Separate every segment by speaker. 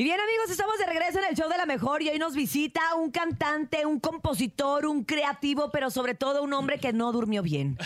Speaker 1: Y bien amigos, estamos de regreso en el show de la mejor y hoy nos visita un cantante, un compositor, un creativo, pero sobre todo un hombre que no durmió bien.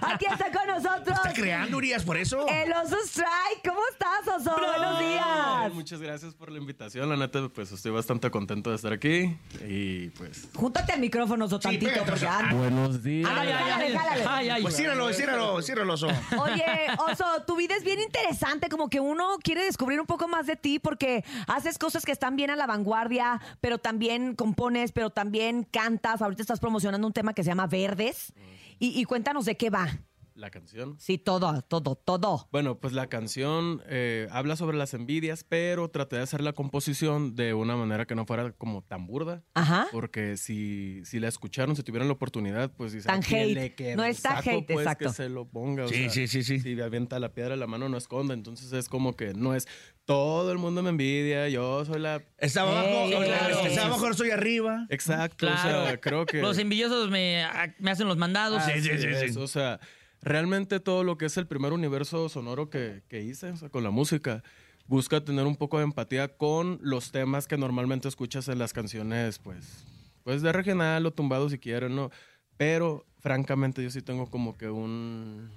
Speaker 1: Aquí está con nosotros
Speaker 2: Está creando, Urias, por eso.
Speaker 1: el Oso Strike. ¿Cómo estás, Oso? Buenos
Speaker 3: Ay,
Speaker 1: días.
Speaker 3: Muchas gracias por la invitación, la neta, pues estoy bastante contento de estar aquí y pues...
Speaker 1: Júntate al micrófono, Oso, tantito,
Speaker 2: pégate,
Speaker 1: porque
Speaker 2: Oso.
Speaker 1: anda-
Speaker 4: Buenos días.
Speaker 3: Ah.
Speaker 1: Ándale, jálale, jálale.
Speaker 2: Pues ciérralo, ciérralo, ciérralo, oso.
Speaker 1: Oye, Oso, tu vida es bien interesante, como que uno quiere descubrir un poco más de ti porque haces cosas que están bien a la vanguardia, pero también compones, pero también cantas. Ahorita estás promocionando un tema que se llama Verdes. Y, y cuéntanos de qué va.
Speaker 3: La canción.
Speaker 1: Sí, todo, todo, todo.
Speaker 3: Bueno, pues la canción eh, habla sobre las envidias, pero traté de hacer la composición de una manera que no fuera como tan burda.
Speaker 1: Ajá.
Speaker 3: Porque si, si la escucharon, si tuvieran la oportunidad, pues dicen...
Speaker 1: Tan
Speaker 3: "¿A quién
Speaker 1: hate.
Speaker 3: le queda
Speaker 1: No
Speaker 3: el
Speaker 1: está
Speaker 3: saco,
Speaker 1: hate,
Speaker 3: pues,
Speaker 1: exacto.
Speaker 3: que se lo ponga. o
Speaker 2: Sí,
Speaker 3: sea,
Speaker 2: sí, sí, sí.
Speaker 3: Si avienta la piedra, la mano no esconde. Entonces es como que no es... Todo el mundo me envidia, yo soy la...
Speaker 2: Estaba abajo,
Speaker 1: Ey,
Speaker 2: claro.
Speaker 4: claro.
Speaker 2: estaba abajo, ahora estoy arriba.
Speaker 3: Exacto, o sea,
Speaker 4: Claro.
Speaker 3: creo que...
Speaker 4: Los envidiosos me, ah, me hacen los mandados.
Speaker 2: Sí, sí,
Speaker 3: Así
Speaker 2: sí,
Speaker 3: es,
Speaker 2: sí.
Speaker 3: O sea, realmente todo lo que es el primer universo sonoro que, que hice, o sea, con la música, busca tener un poco de empatía con los temas que normalmente escuchas en las canciones, pues, pues de regional o tumbado si quieren, ¿no? Pero, francamente, yo sí tengo como que un...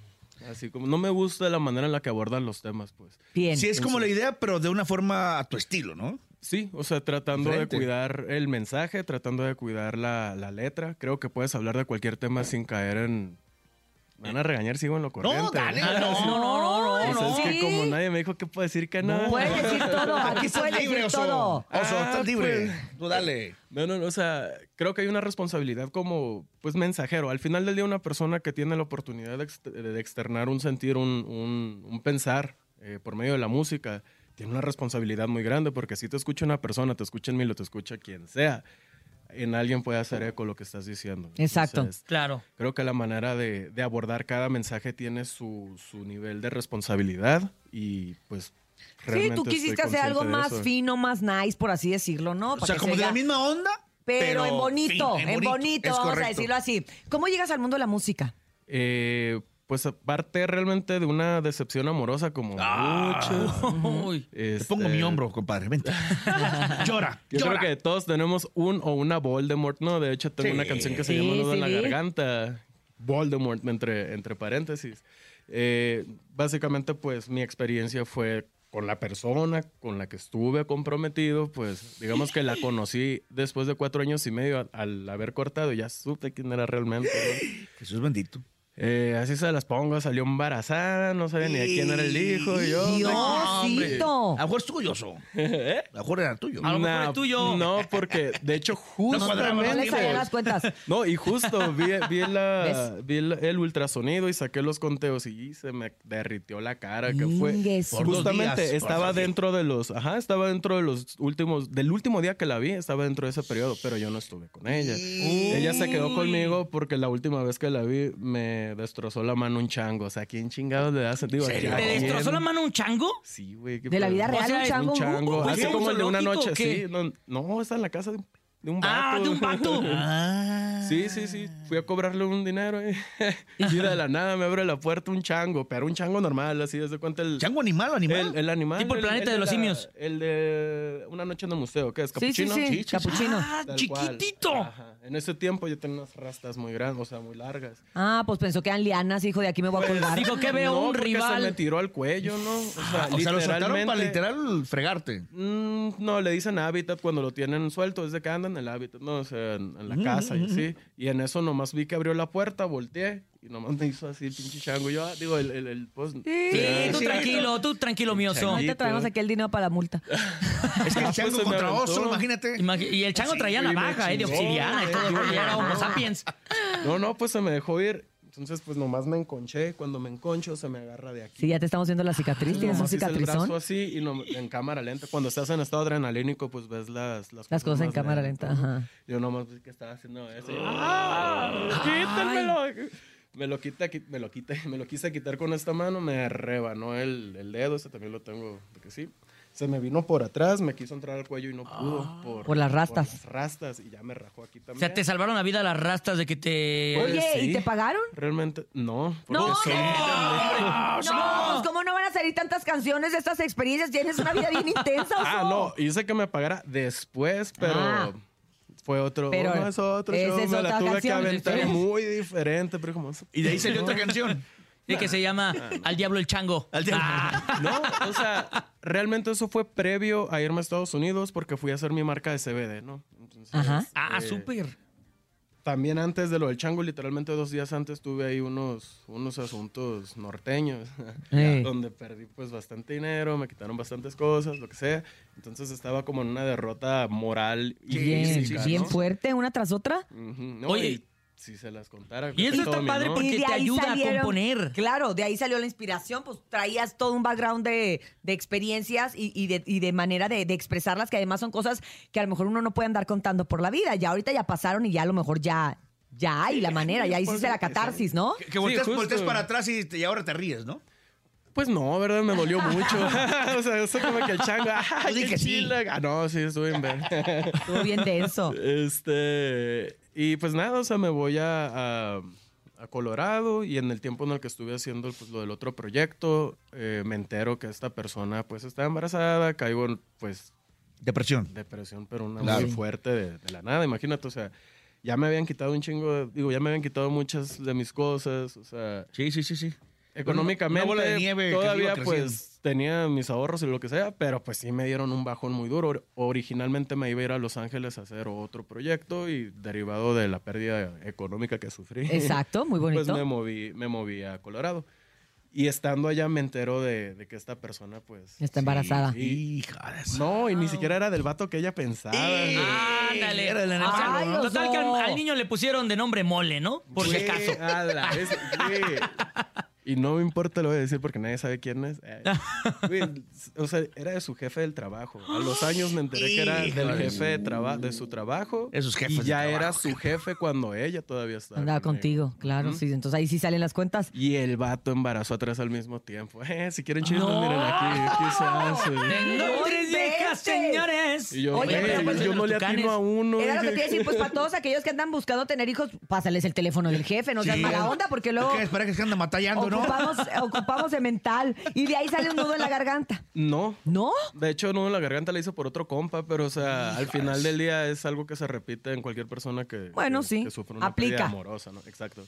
Speaker 3: Así como, no me gusta la manera en la que abordan los temas, pues.
Speaker 1: Bien.
Speaker 2: Sí, es como la idea, pero de una forma a tu estilo, ¿no?
Speaker 3: Sí, o sea, tratando
Speaker 2: Diferente.
Speaker 3: de cuidar el mensaje, tratando de cuidar la, la letra. Creo que puedes hablar de cualquier tema sin caer en... Me van a regañar, sigo en lo corriente.
Speaker 2: No, dale.
Speaker 3: ¿verdad?
Speaker 2: no,
Speaker 1: Ah, No, no, no,
Speaker 3: Pues
Speaker 1: no.
Speaker 3: es
Speaker 1: Sí.
Speaker 3: que como nadie me dijo que puedo decir que no.
Speaker 1: Puedes decir todo, aquí
Speaker 2: estás
Speaker 1: puedes decir
Speaker 2: oso.
Speaker 1: todo.
Speaker 2: Oso,
Speaker 3: Ah,
Speaker 2: estás libre.
Speaker 3: pues.
Speaker 2: Tú dale.
Speaker 3: No, no, no, o sea, creo que hay una responsabilidad como, pues, mensajero. Al final del día, una persona que tiene la oportunidad de, ex- de externar un sentir, un, un- un pensar eh, por medio de la música, tiene una responsabilidad muy grande porque si te escucha una persona, te escucha en mí, lo te escucha quien sea, en alguien puede hacer eco lo que estás diciendo.
Speaker 1: Exacto.
Speaker 4: Claro.
Speaker 3: Creo que la manera de, de abordar cada mensaje tiene su, su nivel de responsabilidad y pues...
Speaker 1: Sí, tú
Speaker 3: realmente
Speaker 1: quisiste
Speaker 3: estoy
Speaker 1: hacer algo
Speaker 3: consciente de
Speaker 1: más
Speaker 3: eso.
Speaker 1: fino, más nice, por así decirlo, ¿no?
Speaker 2: O
Speaker 1: Para
Speaker 2: sea,
Speaker 1: que
Speaker 2: como
Speaker 1: se
Speaker 2: de la
Speaker 1: vea-
Speaker 2: misma onda,
Speaker 1: Pero, en bonito,
Speaker 2: fin,
Speaker 1: en bonito,
Speaker 2: Es
Speaker 1: vamos a
Speaker 2: correcto.
Speaker 1: decirlo así. ¿Cómo llegas al mundo de la música?
Speaker 3: Eh, pues aparte realmente de una decepción amorosa como muchas.
Speaker 4: Uy.
Speaker 3: este,
Speaker 2: Ah. Te pongo mi hombro, compadre, vente. llora,
Speaker 3: Yo
Speaker 2: llora.
Speaker 3: creo que todos tenemos un o una Voldemort, ¿no? De hecho, tengo
Speaker 2: Sí.
Speaker 3: una canción que se
Speaker 1: Sí,
Speaker 3: llama Nudo
Speaker 1: sí,
Speaker 3: en la
Speaker 1: vi.
Speaker 3: Garganta. Voldemort, entre, entre paréntesis. Eh, básicamente, pues, mi experiencia fue con la persona con la que estuve comprometido, pues, digamos que la conocí después de cuatro años y medio al, al haber cortado. Ya supe quién era realmente, ¿no?
Speaker 2: Jesús bendito.
Speaker 3: Eh, así se las pongo, salió embarazada, no sabía ni de quién era el hijo. y Yo,
Speaker 1: ¡Diosito!
Speaker 2: A lo mejor es tuyo, oso. A lo mejor era tuyo.
Speaker 4: A lo mejor
Speaker 3: Nah,
Speaker 4: es tuyo.
Speaker 3: No, porque de hecho,
Speaker 2: cuadraba,
Speaker 1: No le
Speaker 3: justamente.
Speaker 1: salían las cuentas.
Speaker 3: No, y justo vi, vi la, vi el, el ultrasonido y saqué los conteos y se me derritió la cara que fue.
Speaker 1: Ingues.
Speaker 2: Por dos
Speaker 3: justamente
Speaker 2: días, por
Speaker 3: estaba
Speaker 2: dos días.
Speaker 3: dentro de los, ajá, estaba dentro de los últimos, del último día que la vi, estaba dentro de ese periodo, pero yo no estuve con ella. Ella se quedó conmigo porque la última vez que la vi me destrozó la mano un chango. O sea, ¿quién chingados le da sentido? ¿A
Speaker 2: ¿Serio?
Speaker 3: quién?
Speaker 4: ¿Te destrozó la mano un chango?
Speaker 3: Sí, güey. qué
Speaker 1: ¿De la
Speaker 3: pedo.
Speaker 1: vida
Speaker 4: O
Speaker 1: real
Speaker 4: sea,
Speaker 1: un
Speaker 4: es
Speaker 1: chango?
Speaker 3: Un chango,
Speaker 4: ¿Fue
Speaker 3: así
Speaker 4: un
Speaker 3: como el de una
Speaker 4: zoológico
Speaker 3: noche,
Speaker 4: o
Speaker 3: sí.
Speaker 4: qué?
Speaker 3: No, no, está en la casa de, de un vato.
Speaker 4: Ah, de un vato.
Speaker 2: Ah.
Speaker 3: Sí, sí, sí. Fui a cobrarle un dinero. eh. Y de la nada me abre la puerta un chango, pero un chango normal, así, desde cuenta el.
Speaker 2: ¿Chango animal o animal?
Speaker 3: El, el animal.
Speaker 4: Tipo el planeta de los
Speaker 3: la-
Speaker 4: simios.
Speaker 3: El de Una Noche en el Museo, ¿qué es?
Speaker 1: Sí, sí,
Speaker 3: ¿Capuchino?
Speaker 1: sí. Capuchino.
Speaker 4: Ah,
Speaker 3: Tal cual.
Speaker 4: chiquitito.
Speaker 3: Ajá. En ese tiempo yo tenía unas rastas muy grandes, o sea, muy largas.
Speaker 1: Ah, pues pensó que eran lianas, hijo, de aquí me voy a colgar.
Speaker 4: Digo, ¿qué veo?
Speaker 3: No,
Speaker 4: un
Speaker 3: porque se me
Speaker 4: rival. Ah,
Speaker 3: tiró al cuello, ¿no? O sea,
Speaker 2: o sea, lo saltaron para
Speaker 3: literalmente-
Speaker 2: literal fregarte.
Speaker 3: Mm, no, le dicen hábitat cuando lo tienen suelto, es de que andan en el hábitat, no, o sea, en, en la casa y así. Y en eso nomás vi que abrió la puerta, volteé y nomás me hizo así el pinche chango. Yo, ah, digo, el, el, el pues,
Speaker 4: Eh, Sí, tú
Speaker 2: Sí.
Speaker 4: tranquilo, tú tranquilo, mío. son.
Speaker 1: Ahorita traemos aquí el dinero para la multa.
Speaker 2: Es que el
Speaker 3: Ah, pues
Speaker 2: chango
Speaker 3: se me
Speaker 2: contra
Speaker 3: aventó.
Speaker 2: oso, imagínate.
Speaker 4: Imagi- Y el chango traía
Speaker 3: güey, me
Speaker 4: navaja, eh, de
Speaker 3: chingó,
Speaker 4: obsidiana y
Speaker 3: güey.
Speaker 4: todo. güey, Era Homo sapiens.
Speaker 3: No, no, pues se me dejó ir. Entonces, pues nomás me enconché. Cuando me enconcho, se me agarra de aquí.
Speaker 1: Sí, ya te estamos viendo la cicatriz. Tienes un
Speaker 3: Nomás hice el brazo
Speaker 1: cicatrizón.
Speaker 3: así y no- en cámara lenta. Cuando estás en estado adrenalínico, pues ves las, las,
Speaker 1: Las cosas en
Speaker 3: más
Speaker 1: cámara lenta.
Speaker 3: ¿no?
Speaker 1: Ajá.
Speaker 3: Yo nomás vi que estaba haciendo eso. y yo, ¡Ah! ¡Quítenmelo! Me lo, quita, qui- me, lo quita, me lo quise quitar con esta mano, me rebanó el, el dedo, ese también lo tengo, porque sí. Se me vino por atrás, me quiso entrar al cuello y no pudo. por,
Speaker 1: Ah, Por las rastas.
Speaker 3: las rastas y ya me rajó aquí
Speaker 4: O
Speaker 3: también.
Speaker 4: sea, te salvaron la vida las rastas de que te...
Speaker 1: Oye, ¿y
Speaker 3: sí.
Speaker 1: te pagaron?
Speaker 3: Realmente, no. porque
Speaker 1: No,
Speaker 3: son-
Speaker 1: no, no, pues, ¿cómo no van a salir tantas canciones de estas experiencias? Tienes una vida bien intensa,
Speaker 3: Ah,
Speaker 1: Oso.
Speaker 3: no, hice que me pagara después, pero
Speaker 1: Ah.
Speaker 3: fue otro.
Speaker 1: Pero
Speaker 3: no, es otro.
Speaker 1: esa
Speaker 3: show,
Speaker 1: es
Speaker 3: me
Speaker 1: otra
Speaker 3: la tuve que
Speaker 1: canción.
Speaker 3: aventar
Speaker 1: Diferente.
Speaker 3: muy diferente, pero como.
Speaker 2: Y de ahí salió otra canción.
Speaker 4: de que se llama Al Diablo el Chango. Ah,
Speaker 2: Al diablo.
Speaker 3: No, o sea, realmente eso fue previo a irme a Estados Unidos porque fui a hacer mi marca de CBD, ¿no? Entonces,
Speaker 1: Ajá.
Speaker 4: Ah,
Speaker 3: eh,
Speaker 4: súper.
Speaker 3: También antes de lo del chango, literalmente dos días antes tuve ahí unos, unos asuntos norteños,
Speaker 1: Ey.
Speaker 3: donde perdí pues bastante dinero, me quitaron bastantes cosas, lo que sea. Entonces estaba como en una derrota moral y
Speaker 1: Bien,
Speaker 3: física,
Speaker 1: bien
Speaker 3: ¿no?
Speaker 1: fuerte, una tras otra.
Speaker 3: Ujú, no,
Speaker 4: Oye.
Speaker 3: y si se las contara.
Speaker 4: Y eso
Speaker 3: todo
Speaker 4: está
Speaker 3: mi
Speaker 4: padre
Speaker 3: honor.
Speaker 4: porque-
Speaker 1: Y de
Speaker 4: te
Speaker 1: ahí
Speaker 4: ayuda a componer.
Speaker 1: Claro, de ahí salió la inspiración, pues traías todo un background de, de experiencias y, y de, y de manera de, de expresarlas, que además son cosas que a lo mejor uno no puede andar contando por la vida. Ya ahorita ya pasaron y ya a lo mejor ya, ya hay la manera, ya hiciste la catarsis, ¿no?
Speaker 2: Que, que volteas,
Speaker 3: Sí, justo.
Speaker 2: volteas para atrás y, te- y ahora te ríes, ¿no?
Speaker 3: Pues no, ¿verdad? Me dolió mucho. o sea, eso como que el chango. ¡Ah,
Speaker 2: Tú di
Speaker 3: qué
Speaker 2: que sí.
Speaker 3: chila! Ah, no, sí, estuve en ver.
Speaker 1: Estuvo bien denso.
Speaker 3: Este. Y pues nada, o sea, me voy a, a- a Colorado y en el tiempo en el que estuve haciendo pues, lo del otro proyecto, eh, me entero que esta persona pues está embarazada, caigo en pues
Speaker 2: Depresión.
Speaker 3: depresión, pero una
Speaker 2: Claro.
Speaker 3: muy fuerte de, de la nada, imagínate, o sea, ya me habían quitado un chingo, de- digo, ya me habían quitado muchas de mis cosas, o sea,
Speaker 2: Sí, sí, sí, sí.
Speaker 3: económicamente
Speaker 2: Una bola de nieve que
Speaker 3: todavía
Speaker 2: iba creciendo.
Speaker 3: pues tenía mis ahorros y lo que sea, pero pues sí me dieron un bajón muy duro. Or- Originalmente me iba a ir a Los Ángeles a hacer otro proyecto y derivado de la pérdida económica que sufrí.
Speaker 1: Exacto, muy bonito.
Speaker 3: Pues me moví, me moví a Colorado. Y estando allá me entero de, de que esta persona pues...
Speaker 1: Está embarazada.
Speaker 2: Hija de su-
Speaker 3: No, y ni siquiera era del vato que ella pensaba.
Speaker 2: Eh,
Speaker 3: ¿no?
Speaker 4: Ándale.
Speaker 2: era el enano.
Speaker 1: Ay, los
Speaker 4: Total que al,
Speaker 1: dos.
Speaker 4: al niño le pusieron de nombre mole, ¿no? Por si
Speaker 3: Güey,
Speaker 4: acaso.
Speaker 3: a la vez, güey. Y no me importa, lo voy a decir porque nadie sabe quién es. Eh, güey, o sea, era de su jefe del trabajo. A los años me enteré que era
Speaker 2: Híjole.
Speaker 3: del jefe de, traba- de su trabajo.
Speaker 2: Esos jefes
Speaker 3: Y
Speaker 2: de
Speaker 3: ya
Speaker 2: trabajo,
Speaker 3: era su jefe cuando ella todavía estaba.
Speaker 1: Andaba
Speaker 3: conmigo.
Speaker 1: contigo, claro, sí. Entonces ahí sí salen las cuentas.
Speaker 3: Y el vato embarazó a tres al mismo tiempo. Eh, si quieren chismes,
Speaker 4: No.
Speaker 3: miren aquí. Aquí se hace.
Speaker 4: Tengo
Speaker 1: ¡No
Speaker 4: tres
Speaker 1: inventes!
Speaker 4: viejas, señores.
Speaker 3: Y yo,
Speaker 1: Oye,
Speaker 3: güey,
Speaker 1: pero pues,
Speaker 3: yo
Speaker 4: los
Speaker 3: no le
Speaker 4: tucanes.
Speaker 3: atino a uno.
Speaker 1: Era lo que
Speaker 3: dije,
Speaker 1: te iba a decir, pues para todos aquellos que andan buscando tener hijos, pásales el teléfono del jefe, no seas
Speaker 2: Sí.
Speaker 1: mala onda, porque luego
Speaker 2: ¿Qué? Espera que se anda matallando, ¿no?
Speaker 1: ocupamos, ocupamos de mental y de ahí sale un nudo en la garganta.
Speaker 3: No.
Speaker 1: ¿No?
Speaker 3: De hecho, no, la garganta la hizo por otro compa, pero o sea, al final del día es algo que se repite en cualquier persona que,
Speaker 1: Bueno,
Speaker 3: que-
Speaker 1: sí,
Speaker 3: que sufre una
Speaker 1: aplica.
Speaker 3: pérdida amorosa, ¿no? Exacto.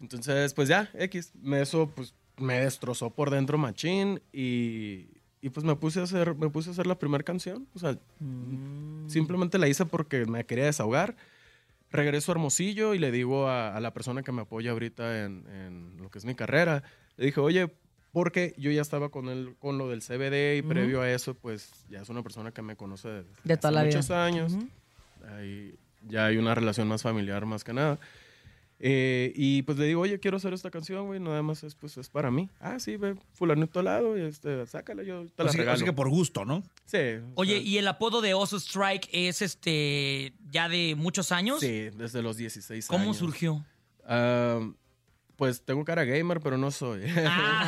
Speaker 3: Entonces, pues ya, X. Me eso pues me destrozó por dentro machín y, y, pues me puse a hacer, me puse a hacer la primera canción. O sea, simplemente la hice porque me quería desahogar. Regreso a Hermosillo y le digo a, a la persona que me apoya ahorita en, en lo que es mi carrera, le dije, oye, porque yo ya estaba con él con lo del CBD y previo a eso, pues ya es una persona que me conoce desde
Speaker 1: De toda
Speaker 3: hace
Speaker 1: la vida.
Speaker 3: muchos años. Ahí ya hay una relación más familiar más que nada. Eh, y pues le digo, oye, quiero hacer esta canción, güey, nada más es, pues, es para mí. Ah, sí, ve, fulanito al lado, y este, sácala, yo te la
Speaker 2: Pues Así,
Speaker 3: regalo.
Speaker 2: así que por gusto, ¿no?
Speaker 3: Sí, o
Speaker 4: Oye,
Speaker 3: sea,
Speaker 4: ¿y el apodo de Oso Strike es este ya de muchos años?
Speaker 3: Sí, desde los 16
Speaker 4: ¿Cómo
Speaker 3: años.
Speaker 4: surgió?
Speaker 3: Ah, pues tengo cara gamer, pero no soy.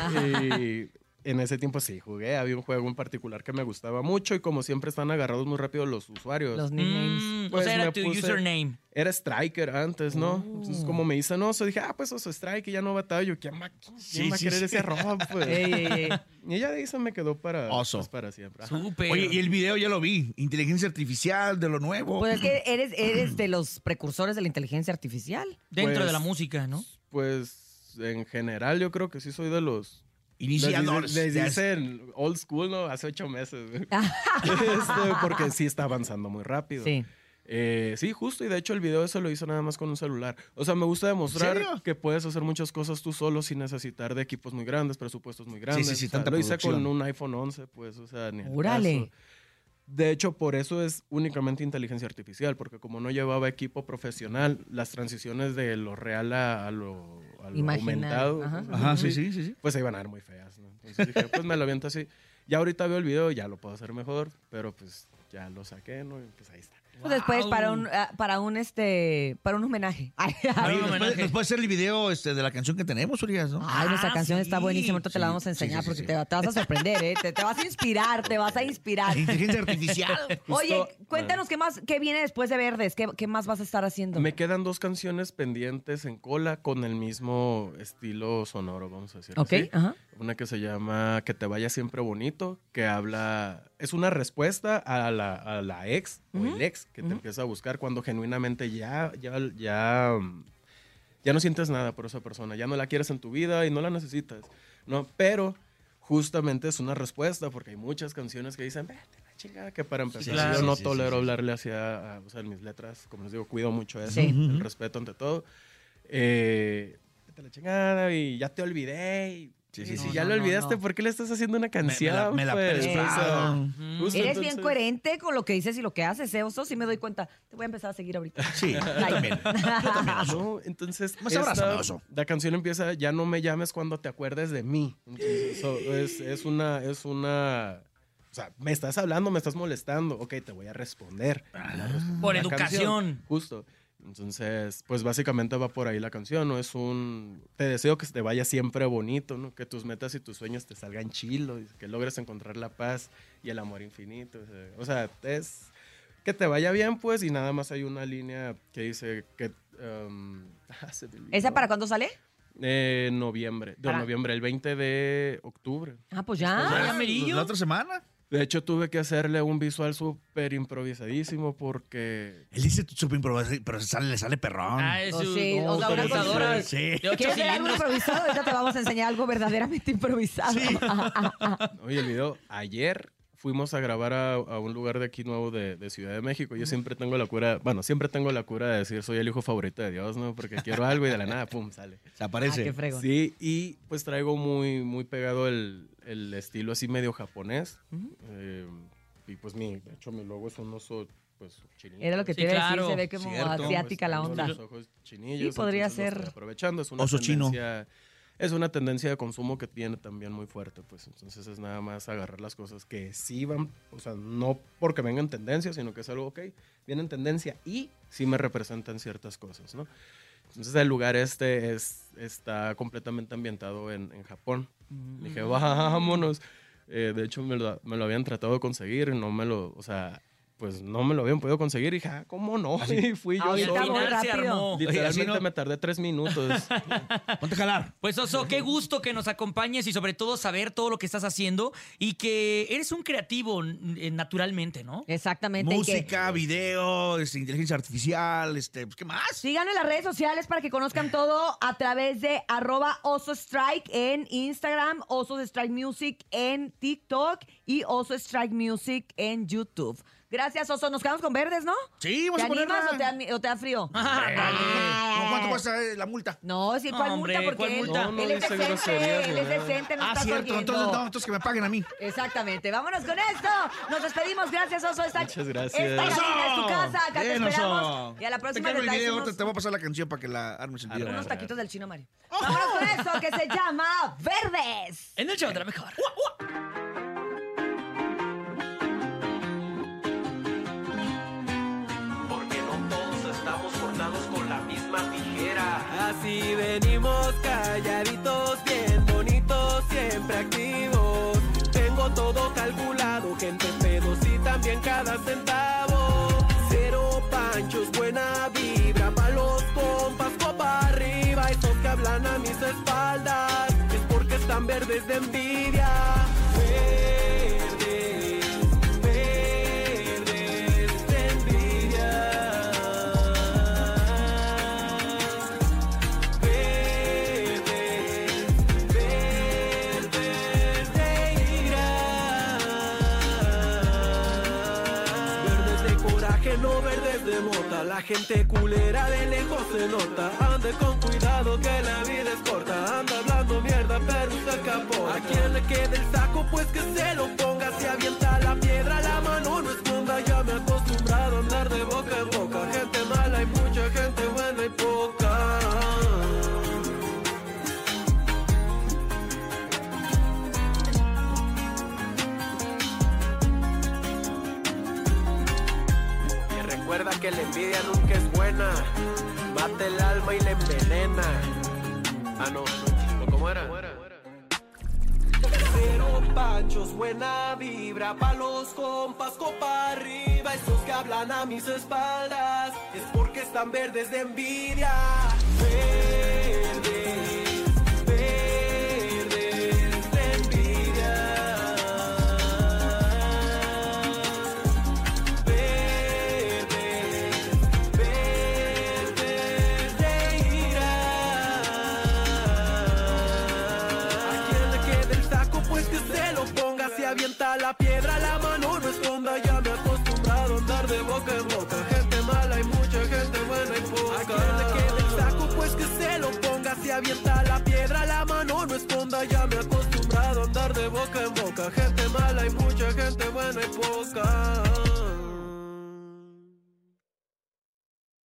Speaker 3: y en ese tiempo sí jugué. Había un juego en particular que me gustaba mucho y como siempre están agarrados muy rápido los usuarios.
Speaker 1: Los nicknames.
Speaker 4: Mm, o
Speaker 3: Pues
Speaker 4: sea, era
Speaker 3: me
Speaker 4: tu
Speaker 3: puse-
Speaker 4: username.
Speaker 3: Era Striker antes, ¿no? Entonces como me dicen oso, dije, ah, pues oso Strike, ya no batallo. ¿Quién va, quién
Speaker 2: Sí,
Speaker 3: va
Speaker 2: sí,
Speaker 3: a querer
Speaker 2: sí.
Speaker 3: ese arroba? pues?
Speaker 1: Ey, ey, ey.
Speaker 3: y ella de ahí se me quedó para,
Speaker 2: Oso.
Speaker 3: pues, para siempre. Ajá.
Speaker 4: Súper.
Speaker 2: Oye, y el video ya lo vi. Inteligencia artificial de lo nuevo.
Speaker 1: Pues es que eres, eres de los precursores de la inteligencia artificial.
Speaker 4: Dentro
Speaker 3: pues-
Speaker 4: de la música, ¿no?
Speaker 3: Pues en general yo creo que sí soy de los... Les,
Speaker 2: Iniciadores.
Speaker 3: dice- les
Speaker 2: ah, Ya es-
Speaker 3: dicen old school, ¿no? Hace ocho meses. Este, porque sí está avanzando muy rápido.
Speaker 1: Sí.
Speaker 3: Eh, sí, justo. Y de hecho, el video eso lo hizo nada más con un celular. O sea, me gusta demostrar
Speaker 2: serio?
Speaker 3: que puedes hacer muchas cosas tú solo sin necesitar de equipos muy grandes, presupuestos muy grandes.
Speaker 2: sí, sí,
Speaker 3: O sea,
Speaker 2: tanta
Speaker 3: lo hice
Speaker 2: producción.
Speaker 3: con un iPhone 11, pues, o sea, ni al
Speaker 1: Órale.
Speaker 3: caso. De hecho, por eso es únicamente inteligencia artificial, porque como no llevaba equipo profesional, las transiciones de lo real a, a lo, a lo
Speaker 1: Imaginado,
Speaker 3: aumentado.
Speaker 1: ajá.
Speaker 3: pues,
Speaker 2: Ajá, sí, sí, sí. sí.
Speaker 3: pues se iban a ver muy feas, ¿no? Entonces dije, pues me lo aviento así. Ya ahorita veo el video, ya lo puedo hacer mejor, pero pues ya lo saqué, ¿no? Y pues ahí está.
Speaker 1: Pues Después
Speaker 4: Wow.
Speaker 1: para un ah, para un este para Ah, un homenaje. Ay,
Speaker 2: Oye,
Speaker 4: un
Speaker 2: ¿nos, puede,
Speaker 4: homenaje.
Speaker 2: nos puede hacer el video este, de la canción que tenemos, Urias, ¿no?
Speaker 1: Ay, nuestra
Speaker 4: Ah,
Speaker 1: canción está
Speaker 4: sí,
Speaker 1: buenísima, ahorita te la
Speaker 2: sí,
Speaker 1: vamos a
Speaker 2: sí, sí,
Speaker 1: enseñar
Speaker 2: sí,
Speaker 1: porque
Speaker 2: sí.
Speaker 1: Te, va- te vas a sorprender, ¿eh? te, te vas a inspirar, te vas a inspirar.
Speaker 2: Inteligencia artificial.
Speaker 1: Oye,
Speaker 3: Justo-
Speaker 1: cuéntanos qué más, qué viene después de Verdes, qué, qué más vas a estar haciendo.
Speaker 3: Me quedan dos canciones pendientes en cola con el mismo estilo sonoro, vamos a decir.
Speaker 1: Ok, ajá.
Speaker 3: Una que se llama Que te vaya siempre bonito, que habla, es una respuesta a la, a la ex o el ex que te empieza a buscar cuando genuinamente ya, ya, ya, mm, ya no sientes nada por esa persona, ya no la quieres en tu vida y no la necesitas, ¿no? Pero justamente es una respuesta porque hay muchas canciones que dicen, vete a la chingada, que para empezar
Speaker 4: claro.
Speaker 3: yo no
Speaker 2: Sí, sí,
Speaker 3: tolero
Speaker 2: sí, sí.
Speaker 3: hablarle hacia, a- o sea, en mis letras, como les digo, cuido mucho eso,
Speaker 1: Sí.
Speaker 3: el respeto ante todo. Eh, vete a la chingada y ya te olvidé y...
Speaker 2: Sí,
Speaker 3: Sí,
Speaker 2: sí,
Speaker 3: sí,
Speaker 2: sí.
Speaker 3: ya
Speaker 4: No,
Speaker 3: lo
Speaker 4: no,
Speaker 3: olvidaste,
Speaker 4: no.
Speaker 3: ¿por qué le estás haciendo una canción?
Speaker 2: me la
Speaker 3: pues?
Speaker 2: prestaron.
Speaker 3: O sea, justo
Speaker 1: Eres
Speaker 3: entonces-
Speaker 1: bien coherente con lo que dices y lo que haces, ¿eh? Oso, sí me doy cuenta. Te voy a empezar a seguir ahorita.
Speaker 2: Sí, yo también. Yo también, oso.
Speaker 3: No, entonces
Speaker 2: Más abrázame, oso.
Speaker 3: la canción empieza ya no me llames cuando te acuerdes de mí. Entonces, eso es, es una es una o sea, me estás hablando, me estás molestando. Ok, te voy a responder.
Speaker 2: Ah.
Speaker 3: La resp-
Speaker 4: Por
Speaker 3: la
Speaker 4: educación.
Speaker 3: canción, justo. Entonces, pues básicamente va por ahí la canción, ¿no? Es un... Te deseo que te vaya siempre bonito, ¿no? Que tus metas y tus sueños te salgan chilos, que logres encontrar la paz y el amor infinito. o sea, O sea, es... Que te vaya bien, pues, y nada más hay una línea que dice que... um, se me olvidó.
Speaker 1: ¿Esa para cuándo sale?
Speaker 3: Eh, noviembre. De
Speaker 1: Para-
Speaker 3: noviembre, el 20 de octubre.
Speaker 1: Ah, pues
Speaker 4: Ah,
Speaker 1: ya.
Speaker 4: ya merillo.
Speaker 2: ¿La otra semana?
Speaker 3: De hecho, tuve que hacerle un visual súper improvisadísimo porque...
Speaker 2: Él dice súper improvisado, pero se sale, le sale perrón.
Speaker 4: Ah, es
Speaker 1: Oh,
Speaker 4: un-
Speaker 1: sí,
Speaker 4: no,
Speaker 1: o sea,
Speaker 4: con
Speaker 1: una
Speaker 4: computadora
Speaker 1: computadora.
Speaker 2: Sí.
Speaker 4: de ocho
Speaker 1: ¿Quieres ver algo
Speaker 4: cilindros.
Speaker 1: improvisado? Ahorita te vamos a enseñar algo verdaderamente improvisado. Ah,
Speaker 3: Oye, el video, ayer fuimos a grabar a, a un lugar de aquí nuevo de, de Ciudad de México. Yo siempre tengo la cura, bueno, siempre tengo la cura de decir soy el hijo favorito de Dios, ¿no? Porque quiero algo y de la nada, pum, sale.
Speaker 2: Se
Speaker 1: Ah, qué
Speaker 2: aparece.
Speaker 1: fregón.
Speaker 3: Sí, y pues traigo muy, muy pegado el, el estilo así medio japonés. Eh, y pues mi, de hecho mi logo es un oso, pues chinito.
Speaker 1: Era lo que te
Speaker 4: Sí,
Speaker 1: iba a decir,
Speaker 4: claro.
Speaker 1: se ve como
Speaker 2: Cierto.
Speaker 1: asiática la
Speaker 3: Pues,
Speaker 1: onda.
Speaker 3: Los ojos chinillos,
Speaker 1: Sí, podría
Speaker 3: entonces lo
Speaker 1: ser
Speaker 3: estoy Aprovechando, es una
Speaker 2: oso chino.
Speaker 3: tendencia- Es una tendencia de consumo que tiene también muy fuerte, pues entonces es nada más agarrar las cosas que sí van, o sea, no porque vengan tendencias, sino que es algo, ok, vienen tendencia y sí me representan ciertas cosas, ¿no? Entonces el pues, lugar este es, está completamente ambientado en, en Japón.
Speaker 1: Mm.
Speaker 3: Dije, vámonos. Eh, de hecho, me lo, me lo habían tratado de conseguir y no me lo, o sea, pues no me lo habían podido conseguir. Y dije, ah, ¿cómo no? Y fui yo
Speaker 1: Ahorita
Speaker 4: Y al
Speaker 3: solo.
Speaker 1: voy
Speaker 4: final se
Speaker 1: rápido.
Speaker 4: armó.
Speaker 3: Literalmente
Speaker 2: Oye, así no-
Speaker 3: me tardé tres minutos.
Speaker 2: Ponte a jalar.
Speaker 4: Pues Oso, qué gusto que nos acompañes y sobre todo saber todo lo que estás haciendo y que eres un creativo eh, naturalmente, ¿no?
Speaker 1: Exactamente. y que-
Speaker 2: Música, video, este, inteligencia artificial, este, pues, ¿qué más?
Speaker 1: Síganme en las redes sociales para que conozcan todo a través de arroba Oso Strike en Instagram, Oso Strike Music en TikTok y Oso Strike Music en YouTube. Gracias, Oso. Nos quedamos con verdes, ¿no?
Speaker 2: Sí, vamos
Speaker 1: ¿Te
Speaker 2: a Ah. ponerla.
Speaker 1: animas o te, da- o te da frío?
Speaker 2: ¿Cómo ¿Cuánto cuesta eh, la multa?
Speaker 1: No, sí, ¿cuál
Speaker 4: Hombre,
Speaker 1: multa? Porque
Speaker 4: ¿cuál
Speaker 1: él,
Speaker 4: multa?
Speaker 3: No, no
Speaker 1: él es
Speaker 3: dice
Speaker 1: decente,
Speaker 3: groserías ni
Speaker 1: él es
Speaker 3: nada.
Speaker 1: decente, no
Speaker 2: ah,
Speaker 1: estás
Speaker 2: cierto.
Speaker 1: oyendo.
Speaker 2: Entonces, no, entonces que me paguen a mí.
Speaker 1: Exactamente, vámonos con esto. Nos despedimos, gracias Oso. Esta,
Speaker 3: Muchas gracias.
Speaker 1: Esta cabina es tu casa, acá te
Speaker 2: Bien, oso.
Speaker 1: esperamos. Y a la próxima
Speaker 2: Te,
Speaker 1: les
Speaker 2: cargo el video,
Speaker 1: traes
Speaker 2: te,
Speaker 1: unos-
Speaker 2: te voy Oh. a pasar la canción para que la armes el video.
Speaker 3: Arre,
Speaker 1: unos
Speaker 3: arre.
Speaker 1: taquitos del chino Mario. Vámonos con esto que se llama Verdes.
Speaker 4: En el show de la mejor.
Speaker 5: porque no todos estamos cortados con la misma tijera. Así venimos calladitos, bien bonitos, siempre activos. Tengo todo calculado, gente pedos y también cada centavo. Cero panchos, buena vibra, pa' los compas, copa arriba. Esos que hablan a mis espaldas, es porque están verdes de envidia. Verdes, verdes de envidia. Verdes, verdes de ira. Verdes de coraje, no verdes de mota. La gente culera de lejos se nota. Ande con cuidado que la vida es corta. Anda hablando mierda, pero se capó. A quien le quede el saco, pues que se lo ponga. Si avienta la piedra, la mano no esconda. Ya me he acostumbrado a andar de boca en boca. Gente mala y mucha gente buena y poca. que la envidia nunca es buena. Mata el alma y la envenena. Ah, no. ¿O ¿Cómo era? Cero panchos, buena vibra pa' los compas, copa arriba. Esos que hablan a mis espaldas es porque están verdes de envidia. Verdes, verdes de envidia. Verdes, verdes de ira. A quien le quede el saco, pues que se lo ponga. Si avienta la piedra, la mano no esconda. Ya me he acostumbrado a andar de boca en boca. Gente mala y mucha gente buena y poca. A quien le quede el saco, pues que se lo ponga. Si avienta la piedra, la mano no esconda. Ya me he acostumbrado a andar de boca en boca. Gente mala y mucha gente buena y poca.